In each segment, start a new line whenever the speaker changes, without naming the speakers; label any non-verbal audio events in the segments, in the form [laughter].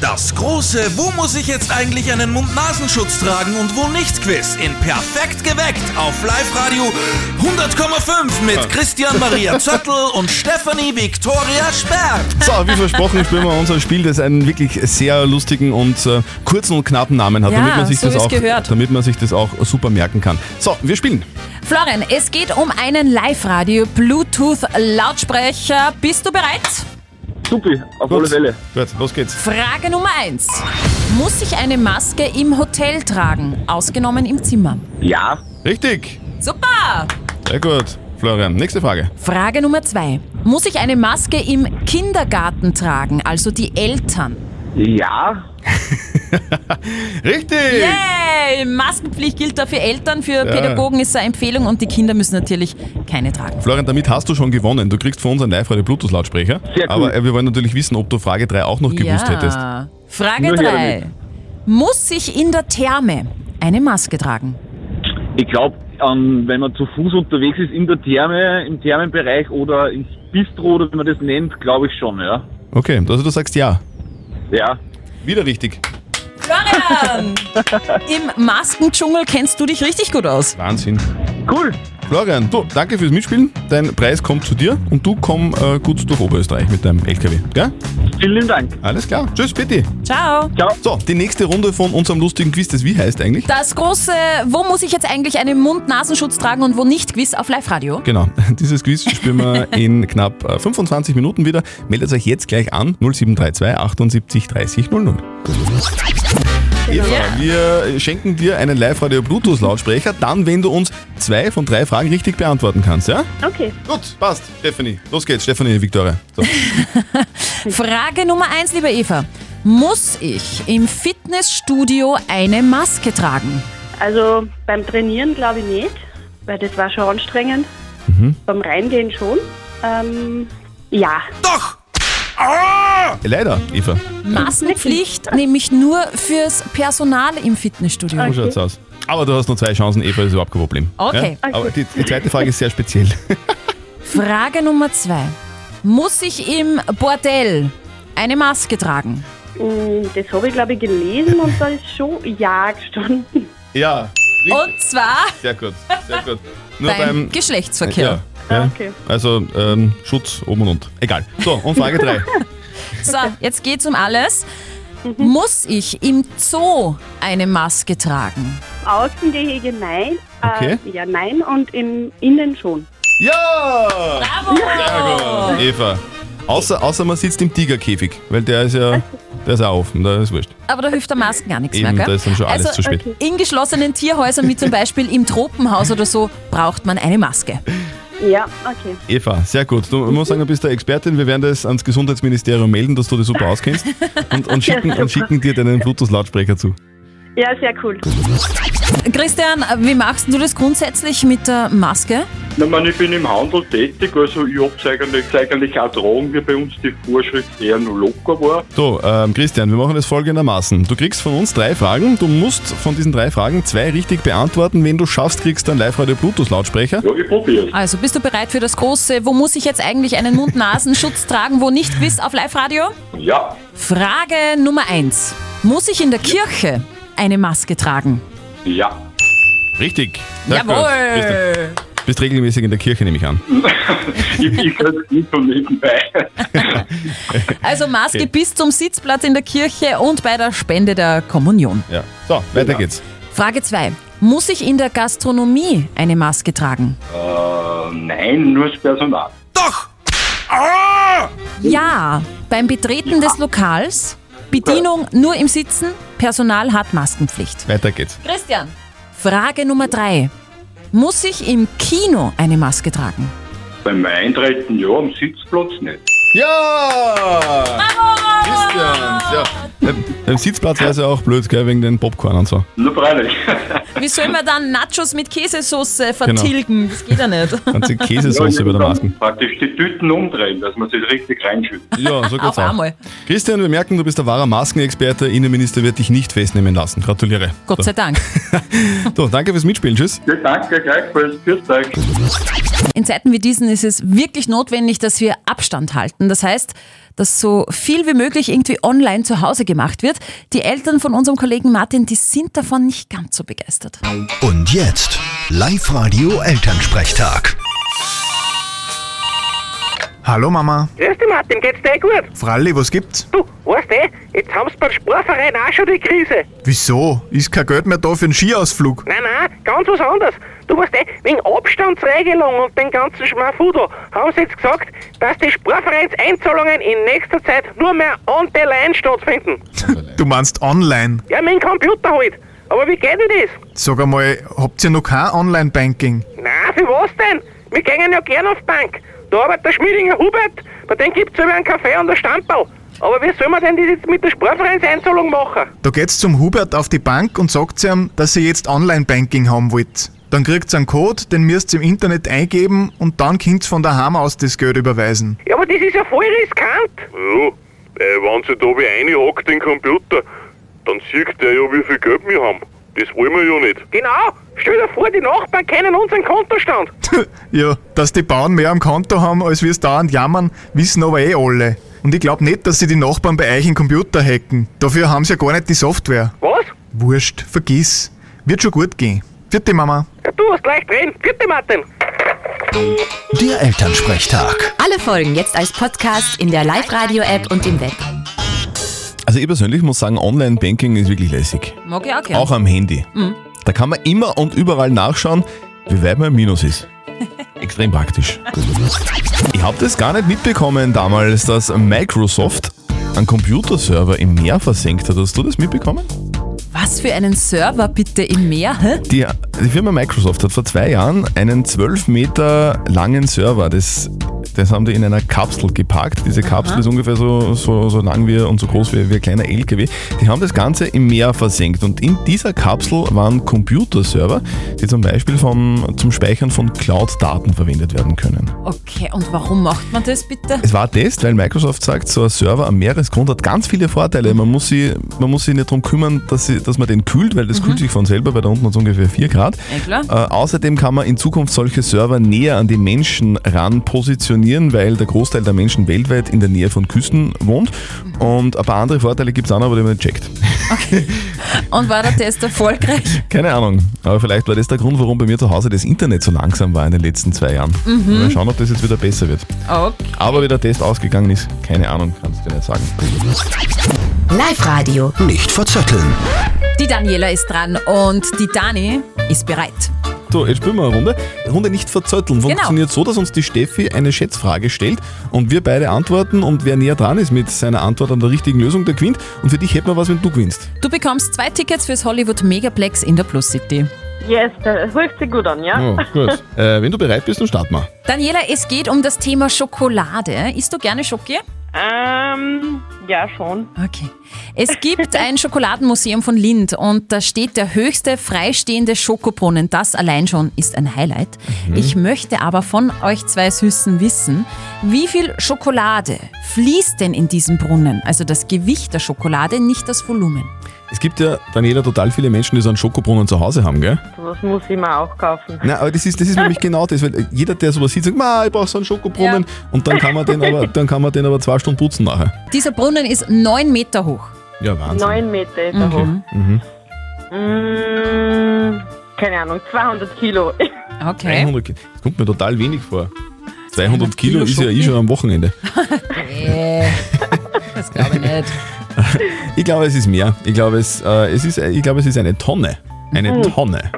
Das große Wo muss ich jetzt eigentlich einen Mund-Nasenschutz tragen und wo nicht Quiz in Perfekt geweckt auf Live-Radio 100,5 mit Christian Maria Zöttl und Stefanie Viktoria Sperr.
So, wie versprochen spielen wir unser Spiel, das einen wirklich sehr lustigen und äh, kurzen und knappen Namen hat,
Ja,
damit, man sich
so
das
wie's
auch,
gehört.
damit man sich das auch super merken kann. So, wir spielen.
Florian, es geht um einen Live-Radio Bluetooth Lautsprecher. Bist du bereit?
Supi, auf alle
Gut,
Fälle.
Gut los geht's.
Frage Nummer 1. Muss ich eine Maske im Hotel tragen, ausgenommen im Zimmer?
Ja,
Richtig.
Super!
Sehr gut. Florian, nächste Frage.
Frage Nummer 2. Muss ich eine Maske im Kindergarten tragen, also die Eltern?
ja,
Richtig.
Yay! Maskenpflicht gilt da für Eltern, für Pädagogen ist eine Empfehlung und die Kinder müssen natürlich keine tragen.
Florian, damit hast du schon gewonnen. Du kriegst von uns einen live radio bluetooth lautsprecher
Sehr cool.
Aber äh, wir wollen natürlich wissen, ob du Frage 3 auch noch gewusst hättest.
ja. Frage
Nur her
3. Muss ich in der Therme eine Maske tragen?
ich glaube, wenn man zu Fuß unterwegs ist in der Therme, im Thermenbereich oder ins Bistro oder wie man das nennt, glaube ich schon, ja.
Okay, also du sagst ja.
Ja,
Wieder richtig.
Florian! Im Maskendschungel kennst du dich richtig gut aus.
Wahnsinn.
cool.
Florian, du, danke fürs Mitspielen. Dein Preis kommt zu dir und du komm äh, gut durch Oberösterreich mit deinem LKW. Gell?
Vielen lieben Dank.
Alles klar. Tschüss, bitte.
Ciao!
So, die nächste Runde von unserem lustigen Quiz, das wie heißt eigentlich?
Das große, wo muss ich jetzt eigentlich einen Mund-Nasenschutz tragen und wo nicht, Quiz auf Live-Radio.
Genau, [laughs] dieses Quiz spielen wir in knapp äh, 25 Minuten wieder. Meldet euch jetzt gleich an 0732 78 30 00. Eva, wir schenken dir einen Live-Radio Bluetooth-Lautsprecher, dann wenn du uns zwei von drei Fragen richtig beantworten kannst, ja?
Okay,
Gut, passt. Stephanie, los geht's. Stephanie, Victoria.
[laughs]
So.
Frage Nummer eins, liebe Eva. Muss ich im Fitnessstudio eine Maske tragen?
also beim Trainieren glaube ich nicht, weil das war schon anstrengend.
Mhm.
Beim Reingehen schon. Ähm, ja,
Doch!
Leider, Eva.
Maskenpflicht nämlich nur fürs Personal im Fitnessstudio.
So schaut's aus. Aber du hast noch zwei Chancen, Eva, das ist überhaupt kein Problem.
Okay.
Ja? Aber die, die zweite Frage ist sehr speziell. [laughs]
Frage Nummer zwei. Muss ich im Bordell eine Maske tragen?
mh, Mm, das habe ich glaube ich gelesen und da ist schon ja gestanden. [laughs]
Ja.
Und zwar
Sehr gut, sehr gut. Nur
beim
beim.
Geschlechtsverkehr.
Ja, ja.
Okay.
Also ähm, Schutz oben und unten. Egal. So, und Frage 3.
So, jetzt geht's um alles. Muss ich im Zoo eine Maske tragen?
Außengehege nein.
Okay.
Äh, ja, nein und im Innen schon.
ja! Bravo! Eva. Außer, außer man sitzt im Tigerkäfig, weil der ist ja der ist auch offen, da ist wurscht.
Aber da hilft der Masken gar nichts
Eben,
mehr,
da
gell?
ist dann schon alles
also
zu spät.
in geschlossenen Tierhäusern, wie zum Beispiel im Tropenhaus oder so, braucht man eine Maske.
Ja, okay.
Eva, sehr gut. Du ich muss sagen, du bist der Expertin. Wir werden das ans Gesundheitsministerium melden, dass du das super auskennst und, und, schicken, und schicken dir deinen Bluetooth-Lautsprecher zu.
Ja, sehr cool.
Christian, wie machst du das grundsätzlich mit der Maske?
Na, ich, meine, ich bin im Handel tätig, also ich hab's eigentlich, eigentlich auch tragen, wie bei uns die Vorschrift eher nur locker war.
So, ähm, Christian, wir machen das folgendermaßen. Du kriegst von uns drei Fragen. Du musst von diesen drei Fragen zwei richtig beantworten. Wenn du schaffst, kriegst du einen Live-Radio Bluetooth-Lautsprecher.
Ja, ich probier's.
Also bist du bereit für das große, wo muss ich jetzt eigentlich einen Mund-Nasen-Schutz tragen, wo nicht quiz auf Live-Radio?
Ja,
Frage Nummer 1. Muss ich in der Kirche eine Maske tragen?
ja.
Richtig. gut. Christian,
Jawohl!
bist regelmäßig in der Kirche, nehme ich an.
Ich, ich kann's nicht so nebenbei.
Also Maske
Okay.
bis zum Sitzplatz in der Kirche und bei der Spende der Kommunion.
Ja. So, weiter geht's.
Frage 2. Muss ich in der Gastronomie eine Maske tragen?
Äh, nein, nur das Personal.
Doch!
Ja. Beim Betreten des Lokals, Bedienung nur im Sitzen, Personal hat Maskenpflicht.
Weiter geht's.
Christian. Frage Nummer 3. Muss ich im Kino eine Maske tragen?
Beim Eintreten ja, am Sitzplatz nicht.
Ja! Äh, Christian! Ja. Beim- Beim Sitzplatz wäre es ja auch blöd, gell, wegen den Popcorn und so.
Nur freilich.
Wie soll man dann Nachos mit
Genau.
Käsesoße vertilgen? Das geht ja nicht.
Ganze Käsesoße über
genau.
der Masken.
Praktisch die Tüten umdrehen, dass man sie richtig reinschüttet.
Ja, so geht's
Auf
auch.
einmal.
Christian, wir merken, du bist ein wahrer Maskenexperte. Innenminister wird dich nicht festnehmen lassen. Gratuliere.
Gott sei Dank.
Dank. [laughs] So, danke fürs Mitspielen. Tschüss.
Ja, danke, gleichfalls. Grüß euch.
In Zeiten wie diesen ist es wirklich notwendig, dass wir Abstand halten. Das heißt, dass so viel wie möglich irgendwie online zu Hause gemacht wird. Die Eltern von unserem Kollegen Martin, die sind davon nicht ganz so begeistert.
Und jetzt Live-Radio Elternsprechtag.
Hallo Mama.
Grüß dich Martin, geht's dir eh gut?
Fralli, was gibt's?
Du, weißt eh, jetzt haben sie beim Sportverein auch schon die Krise.
Wieso? Ist kein Geld mehr da für einen Skiausflug?
Nein, nein, ganz was anderes. Du weißt eh, wegen Abstandsregelung und den ganzen Schmafudo haben sie jetzt gesagt, dass die Sportvereinseinzahlungen in nächster Zeit nur mehr on the line stattfinden.
[laughs] Du meinst online.
Ja, mit dem Computer halt. Aber wie geht denn das?
Sag einmal, habt ihr noch kein Online-Banking?
Na, für was denn? Wir gehen ja gern auf die Bank. Da arbeitet der Schmiedinger Hubert, bei dem gibt's über einen Kaffee und ein Stammbau. Aber wie soll man denn das jetzt mit der Sportvereinseinzahlung machen?
Da geht's zum Hubert auf die Bank und sagt ihm, dass ihr jetzt Online-Banking haben wollt. Dann kriegt's einen Code, den müsst ihr im Internet eingeben und dann könnt's von daheim aus das Geld überweisen.
Ja, aber das ist ja voll riskant.
Ja, äh, wenn sie da wie reinhackt den Computer, dann sieht der ja, wie viel Geld wir haben. Das wollen wir ja nicht.
Genau, stell dir vor, die Nachbarn kennen unseren Kontostand.
ja, dass die Bauern mehr am Konto haben, als wir es dauernd jammern, wissen aber eh alle. Und ich glaube nicht, dass sie die Nachbarn bei euch den Computer hacken. Dafür haben sie ja gar nicht die Software.
Was?
Wurscht, vergiss. Wird schon gut gehen. Vierte Mama.
Ja, du hast leicht reden. Bitte, Martin.
Der Elternsprechtag.
Alle Folgen jetzt als Podcast in der Live-Radio-App und im Web.
Also ich persönlich muss sagen, Online-Banking ist wirklich lässig.
Mag ich auch gern.
Auch am Handy. Da kann man immer und überall nachschauen, wie weit man im Minus ist. Extrem praktisch. Ich habe das gar nicht mitbekommen damals, dass Microsoft einen Computerserver im Meer versenkt hat. Hast du das mitbekommen?
Was für einen Server bitte im Meer? Hä?
Die, die Firma Microsoft hat vor zwei Jahren einen 12 Meter langen Server. Das, das haben die in einer Kapsel geparkt. Diese Kapsel ist ungefähr so, so, so lang wie und so groß wie, wie ein kleiner LKW. Die haben das Ganze im Meer versenkt. Und in dieser Kapsel waren Computerserver, die zum Beispiel vom, zum Speichern von Cloud-Daten verwendet werden können.
Okay, und warum macht man das bitte?
Es war ein Test, weil Microsoft sagt, so ein Server am Meeresgrund hat ganz viele Vorteile. Man muss sich, man muss sich nicht darum kümmern, dass, sie, dass man den kühlt, weil das kühlt sich von selber, weil da unten hat es ungefähr 4 Grad.
Mhm. Ja, klar.
Äh, außerdem kann man in Zukunft solche Server näher an die Menschen ran positionieren, weil der Großteil der Menschen weltweit in der Nähe von Küsten wohnt.
Mhm.
Und ein paar andere Vorteile gibt es auch noch, aber die man nicht checkt.
Und war der Test erfolgreich?
[laughs] Keine Ahnung. Aber vielleicht war das der Grund, warum bei mir zu Hause das Internet so langsam war in den letzten zwei Jahren.
Mhm.
Mal schauen, ob das jetzt wieder besser wird.
Okay.
Aber wie der Test ausgegangen ist, keine Ahnung, kannst du dir nicht sagen.
Live-Radio.
Nicht verzetteln.
Die Daniela ist dran und die Dani ist bereit.
So, jetzt spielen wir eine Runde. Runde nicht verzötteln. Funktioniert so, dass uns die Steffi eine Schätzfrage stellt und wir beide antworten und wer näher dran ist mit seiner Antwort an der richtigen Lösung, der gewinnt. Und für dich hätten wir was, wenn du gewinnst.
Du bekommst zwei Tickets fürs Hollywood Megaplex in der Plus City.
Yes, das hilft sich gut an, ja?
Oh, gut. äh, wenn du bereit bist, dann starten wir.
Daniela, es geht um das Thema Schokolade. Isst du gerne Schoki?
Ähm, ja, schon.
Okay. Es gibt ein Schokoladenmuseum von Lind und da steht der höchste freistehende Schokobrunnen. Das allein schon ist ein Highlight. Ich möchte aber von euch zwei Süßen wissen, wie viel Schokolade fließt denn in diesen Brunnen? Also das Gewicht der Schokolade, nicht das Volumen.
Es gibt ja, Daniela, total viele Menschen, die so einen Schokobrunnen zu Hause haben, gell?
Das muss ich mir auch kaufen.
Nein, aber das ist, das ist nämlich genau das, weil jeder, der sowas sieht, sagt, "Ma, ich brauche so einen Schokobrunnen und dann kann, man den aber, dann kann man den aber zwei Stunden putzen nachher.
Dieser Brunnen ist neun Meter hoch.
Ja, Wahnsinn.
Neun Meter ist er hoch. Mm, keine Ahnung, 200 Kilo.
Okay.
300 Kilo. Das kommt mir total wenig vor. 200 Kilo ist ja eh schon am Wochenende.
Äh, [laughs] das glaube ich nicht.
Ich glaube, es ist mehr. Ich glaube, es, äh, es, ist, ich glaube, es ist eine Tonne. Eine Tonne.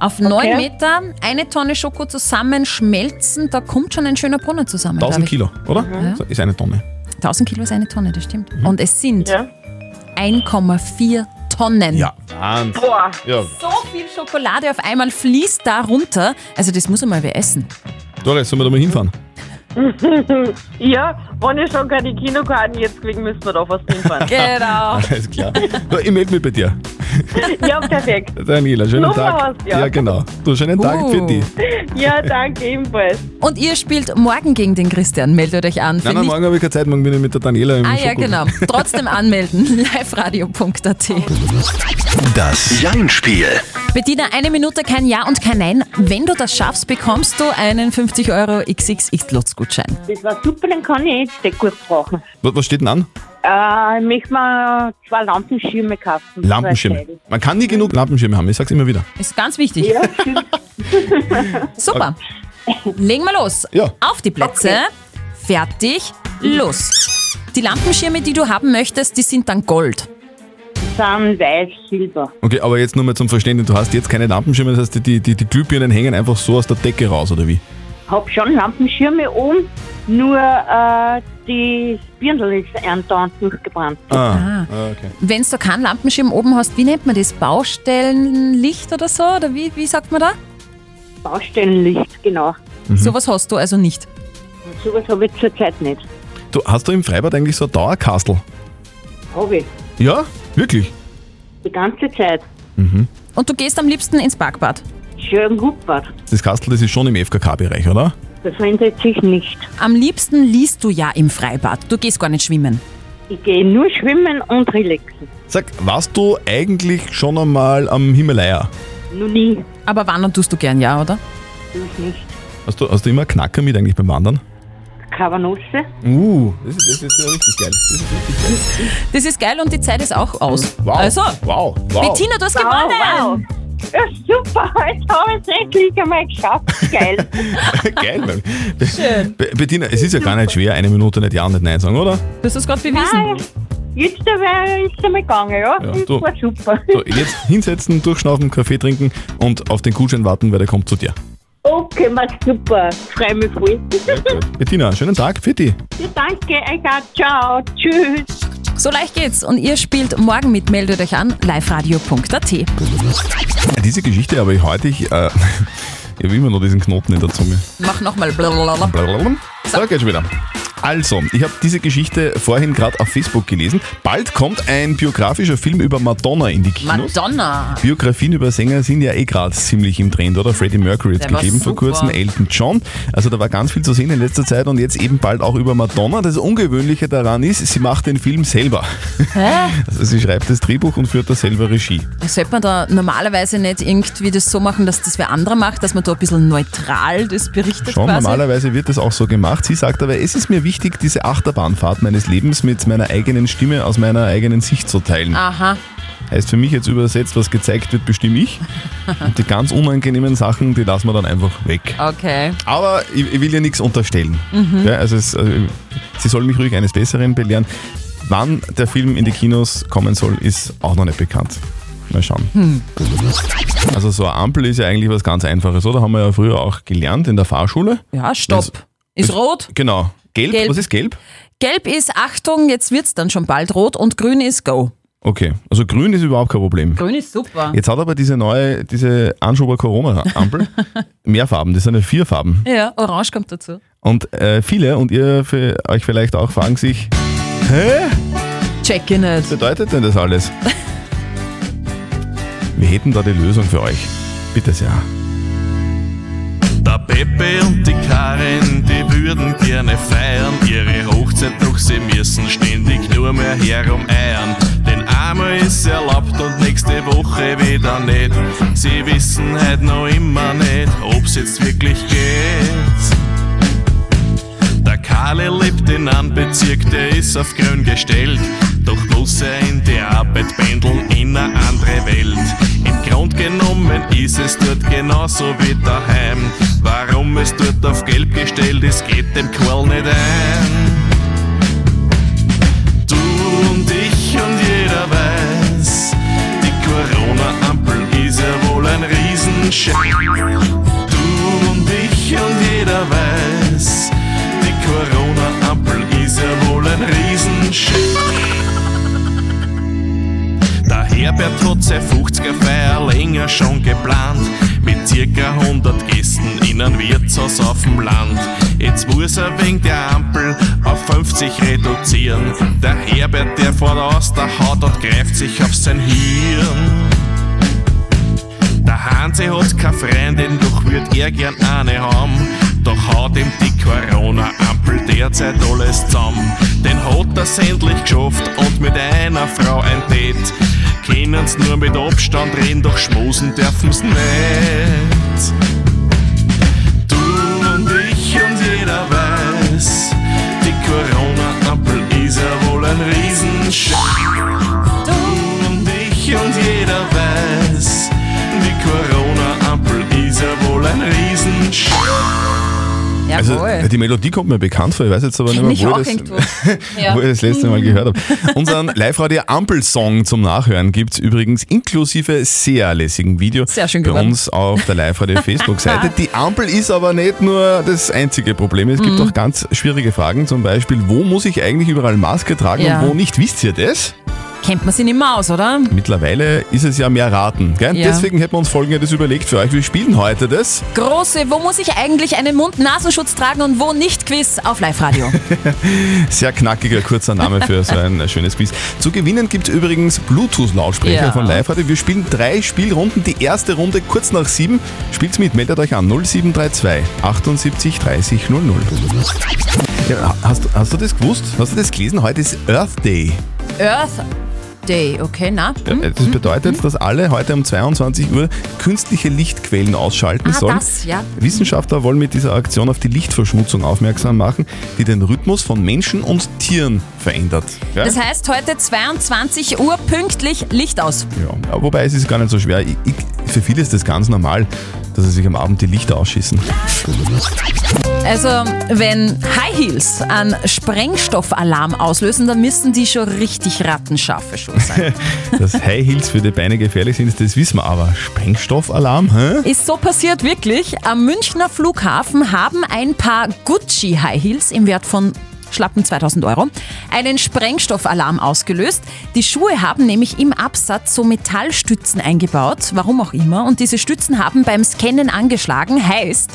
Auf neun Meter eine Tonne Schoko zusammenschmelzen, da kommt schon ein schöner Brunnen zusammen.
1000
glaub ich.
Kilo, oder? So, ist eine Tonne.
1000 Kilo ist eine Tonne, das stimmt.
Mhm.
Und es sind
Ja.
1,4 Tonnen.
Wahnsinn.
Boah,
Ja.
So viel Schokolade auf einmal fließt da runter. Also das muss einmal wer essen.
Doris, sollen wir da mal hinfahren?
ja, wenn ihr schon keine Kinokarten jetzt kriegen, müssen wir doch was hinfahren.
Genau.
Alles klar. So, ich melde mich bei dir.
Ja, perfekt.
[laughs] Daniela, schönen
Noch mal
Tag.
was, ja.
genau. Du, schönen Tag für
Uh.
dich.
Ja, danke ebenfalls.
Und ihr spielt morgen gegen den Christian. Meldet euch an. Für
Nein, nein,
nicht-
morgen habe ich keine Zeit, morgen bin ich mit der Daniela im
ah ja,
Schoko-
genau. Trotzdem anmelden. [laughs] liveradio.at
Das Jein-Spiel.
Bettina, eine Minute, kein Ja und kein Nein. Wenn du das schaffst, bekommst du einen 50 Euro XXX-Lotz-Gutschein.
Das war super, den kann ich jetzt sehr gut brauchen.
Was, was steht denn an?
Äh, ich möchte mir zwei Lampenschirme kaufen.
Lampenschirme. Man kann nie genug Lampenschirme haben, ich sag's immer wieder.
Ist ganz wichtig. [laughs] Super. Legen wir los. Auf die Plätze. Fertig. Los. Die Lampenschirme, die du haben möchtest, die sind dann Gold.
Dann weiß, silber.
Okay, aber jetzt nur mal zum Verständnis, du hast jetzt keine Lampenschirme, das heißt, die, die, die Glühbirnen hängen einfach so aus der Decke raus, oder wie?
Hab schon Lampenschirme oben, nur äh, die Birndl ist andauernd durchgebrannt.
Ah.
okay.
Wenn du keinen Lampenschirm oben hast, wie nennt man das? Baustellenlicht oder so? Oder wie, wie sagt man da?
Baustellenlicht, genau.
Sowas hast du also nicht.
Und sowas habe ich zurzeit nicht.
Du, hast du im Freibad eigentlich so ein Dauerkastel?
Habe ich.
Ja, wirklich?
Die ganze Zeit.
Mhm.
Und du gehst am liebsten ins Parkbad?
Schön gut, Bad.
Das Kastel, das ist schon im FKK-Bereich, oder?
Das verändert sich nicht.
Am liebsten liest du ja im Freibad. Du gehst gar nicht schwimmen.
Ich gehe nur schwimmen und relaxen.
Sag, warst du eigentlich schon einmal am Himalaya?
Noch nie.
Aber wandern tust du gern, ja, oder?
Tu ich nicht.
Hast du, hast du immer Knacker mit eigentlich beim Wandern?
Kavanusse.
Uh, das ist, das ist ja richtig geil. Das ist richtig geil.
Das ist geil und die Zeit ist auch aus.
Wow.
Also,
wow, wow.
Bettina, du hast gewonnen!
Ja, super, jetzt habe ich es endlich einmal geschafft. Geil.
[laughs] Geil,
[laughs]
Mann. Be Bettina, es ist ja gar nicht schwer, eine Minute nicht Ja und nicht Nein sagen, oder?
Du hast es gerade
bewiesen. Ah, Jetzt dabei ist es einmal gegangen, ja.
Ja,
das
du-
war super.
So, jetzt hinsetzen, durchschnaufen, Kaffee trinken und auf den Gutschein warten, weil der kommt zu dir.
Okay, war super. Freue mich voll.
Bettina, schönen Tag, Fitti.
Ja, [laughs] danke, Eka. Ciao. Tschüss.
So leicht geht's. Und ihr spielt morgen mit. Meldet euch an liveradio.at.
Diese Geschichte habe ich heute, ich, äh, [laughs] ich habe immer noch diesen Knoten in der Zunge.
Mach nochmal.
Blablabla. So, geht schon wieder. Also, ich habe diese Geschichte vorhin gerade auf Facebook gelesen. Bald kommt ein biografischer Film über Madonna in die Kinos.
Madonna.
Biografien über Sänger sind ja eh gerade ziemlich im Trend, oder? Freddie Mercury jetzt
Der war
gegeben vor
super.
kurzem, Elton John. Also da war ganz viel zu sehen in letzter Zeit und jetzt eben bald auch über Madonna. Das Ungewöhnliche daran ist, sie macht den Film selber.
Hä?
[laughs] Also sie schreibt das Drehbuch und führt da selber Regie.
Sollte man da normalerweise nicht irgendwie das so machen, dass das wer anderer macht, dass man da ein bisschen neutral das berichtet
Schon,
quasi?
normalerweise wird das auch so gemacht. Sie sagt aber, es ist mir wichtig, diese Achterbahnfahrt meines Lebens mit meiner eigenen Stimme aus meiner eigenen Sicht zu teilen.
Aha.
Heißt für mich jetzt übersetzt, was gezeigt wird, bestimme ich. Und die ganz unangenehmen Sachen, die lassen wir dann einfach weg.
Okay.
Aber ich, ich will ihr nichts unterstellen.
Mhm.
Ja, also es, also sie soll mich ruhig eines Besseren belehren. Wann der Film in die Kinos kommen soll, ist auch noch nicht bekannt. Mal schauen.
Hm.
Also so eine Ampel ist ja eigentlich was ganz Einfaches, oder? Haben wir ja früher auch gelernt in der Fahrschule.
Ja, stopp.
Das-
Ist rot.
Genau. Gelb,
Gelb.
was ist gelb?
Gelb ist Achtung, jetzt wird's dann schon bald rot und grün ist Go.
Okay, also grün ist überhaupt kein Problem.
Grün ist super.
Jetzt hat aber diese neue, diese Anschober Corona-Ampel mehr Farben, das sind ja vier Farben.
Ja, orange kommt dazu.
Und äh, viele und ihr für euch vielleicht auch fragen sich, hä?
Check in it. Was
bedeutet denn das alles? Wir hätten da die Lösung für euch. Bitte sehr.
Der Pepe und die Karin, die würden gerne feiern ihre Hochzeit, doch sie müssen ständig nur mehr herumeiern. Denn einmal ist erlaubt und nächste Woche wieder nicht. Sie wissen halt noch immer nicht, ob's jetzt wirklich geht. Der Karle lebt in einem Bezirk, der ist auf grün gestellt. Doch muss er in die Arbeit pendeln in eine andere Welt. Im Grund genommen ist es dort genauso wie daheim. Warum es dort auf gelb gestellt ist, geht dem Karl nicht ein. Du und ich und jeder weiß, die Corona-Ampel ist ja wohl ein Riesenscheiß. Du und ich und jeder weiß, die Corona-Ampel ist ja wohl ein Riesenschiff. Der Herbert hat seine 50er-Feier länger schon geplant. Mit circa 100 Gästen in ein Wirtshaus auf dem Land. In Jetzt muss er wegen der Ampel auf 50 reduzieren. Der Herbert, der fährt aus der Haut und greift sich auf sein Hirn. Der Hansi hat keine Freundin, doch wird er gern eine haben. Doch haut ihm die Corona-Ampel derzeit alles zusammen. Den hat er's endlich geschafft und mit einer Frau ein Date. Kennen's nur mit Abstand reden, doch schmusen dürfen's nicht. Du und ich und jeder weiß, die Corona-Ampel ist ja wohl ein Riesenscheiß.
Also,
Du und ich und jeder weiß, die Corona-Ampel ist ja wohl ein Riesenscheiß.
Also, die Melodie kommt mir bekannt vor, ich weiß jetzt aber
Kenn
nicht
ich
mehr, wo
auch
ich
irgendwo.
das, [laughs]
Ja.
wo ich das letzte Mal gehört habe. Unseren Live-Radio-Ampel-Song zum Nachhören gibt es übrigens inklusive sehr lässigen Video
Sehr schön
bei
geworden.
uns auf der Live-Radio-Facebook-Seite. Die Ampel ist aber nicht nur das einzige Problem. Es gibt
Mhm.
auch ganz schwierige Fragen, zum Beispiel, wo muss ich eigentlich überall Maske tragen
Ja.
und wo nicht? Wisst ihr das?
Kennt man sie nicht mehr aus, oder?
Mittlerweile ist es ja mehr Raten. Gell?
Ja.
Deswegen hätten wir uns folgendes überlegt für euch. Wir spielen heute das.
Große, wo muss ich eigentlich einen Mund-Nasenschutz tragen und wo nicht Quiz auf Live-Radio?
Sehr knackiger, kurzer Name für so ein schönes Quiz. Zu gewinnen gibt es übrigens Bluetooth-Lautsprecher
Ja.
von Live Radio. Wir spielen drei Spielrunden. Die erste Runde kurz nach sieben. Spielt's mit, meldet euch an 0732 78 30 00. Ja, hast, hast du das gewusst? Hast du das gelesen? Heute ist Earth Day.
Earth Day, okay, na?
Ja, Das
Mhm.
bedeutet, dass alle heute um 22 Uhr künstliche Lichtquellen ausschalten
Ah,
sollen.
das, ja.
Wissenschaftler wollen mit dieser Aktion auf die Lichtverschmutzung aufmerksam machen, die den Rhythmus von Menschen und Tieren verändert. Ja?
Das heißt, heute 22 Uhr pünktlich Licht aus.
ja. Wobei es ist gar nicht so schwer. Ich, ich, für viele ist das ganz normal, dass sie sich am Abend die Lichter ausschießen.
Also, wenn High Heels einen Sprengstoffalarm auslösen, dann müssen die schon richtig rattenscharfe Schuhe sein.
Dass High Heels für die Beine gefährlich sind, das wissen wir aber. Sprengstoffalarm, hä?
Ist so passiert wirklich. Am Münchner Flughafen haben ein paar Gucci High Heels im Wert von schlappen 2000 Euro einen Sprengstoffalarm ausgelöst. Die Schuhe haben nämlich im Absatz so Metallstützen eingebaut, warum auch immer. Und diese Stützen haben beim Scannen angeschlagen. Heißt,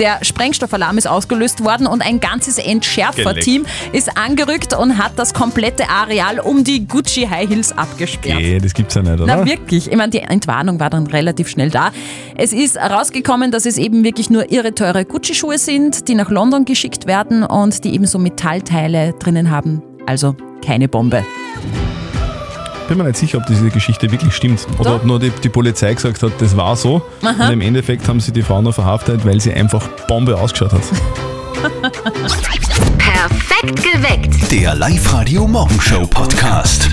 der Sprengstoffalarm ist ausgelöst worden und ein ganzes Entschärferteam ist angerückt und hat das komplette Areal um die Gucci High Heels abgesperrt.
Nee, das gibt's ja nicht, oder?
Na wirklich, ich meine, die Entwarnung war dann relativ schnell da. Es ist herausgekommen, dass es eben wirklich nur irre teure Gucci-Schuhe sind, die nach London geschickt werden und die eben so Metallteile drinnen haben. Also keine Bombe.
bin mir nicht sicher, ob diese Geschichte wirklich stimmt oder ob nur die, die Polizei gesagt hat, das war so.
Aha.
Und im Endeffekt haben sie die Frau nur verhaftet, weil sie einfach Bombe ausgeschaut hat.
Perfekt geweckt.
Der Live-Radio Morgenshow Podcast.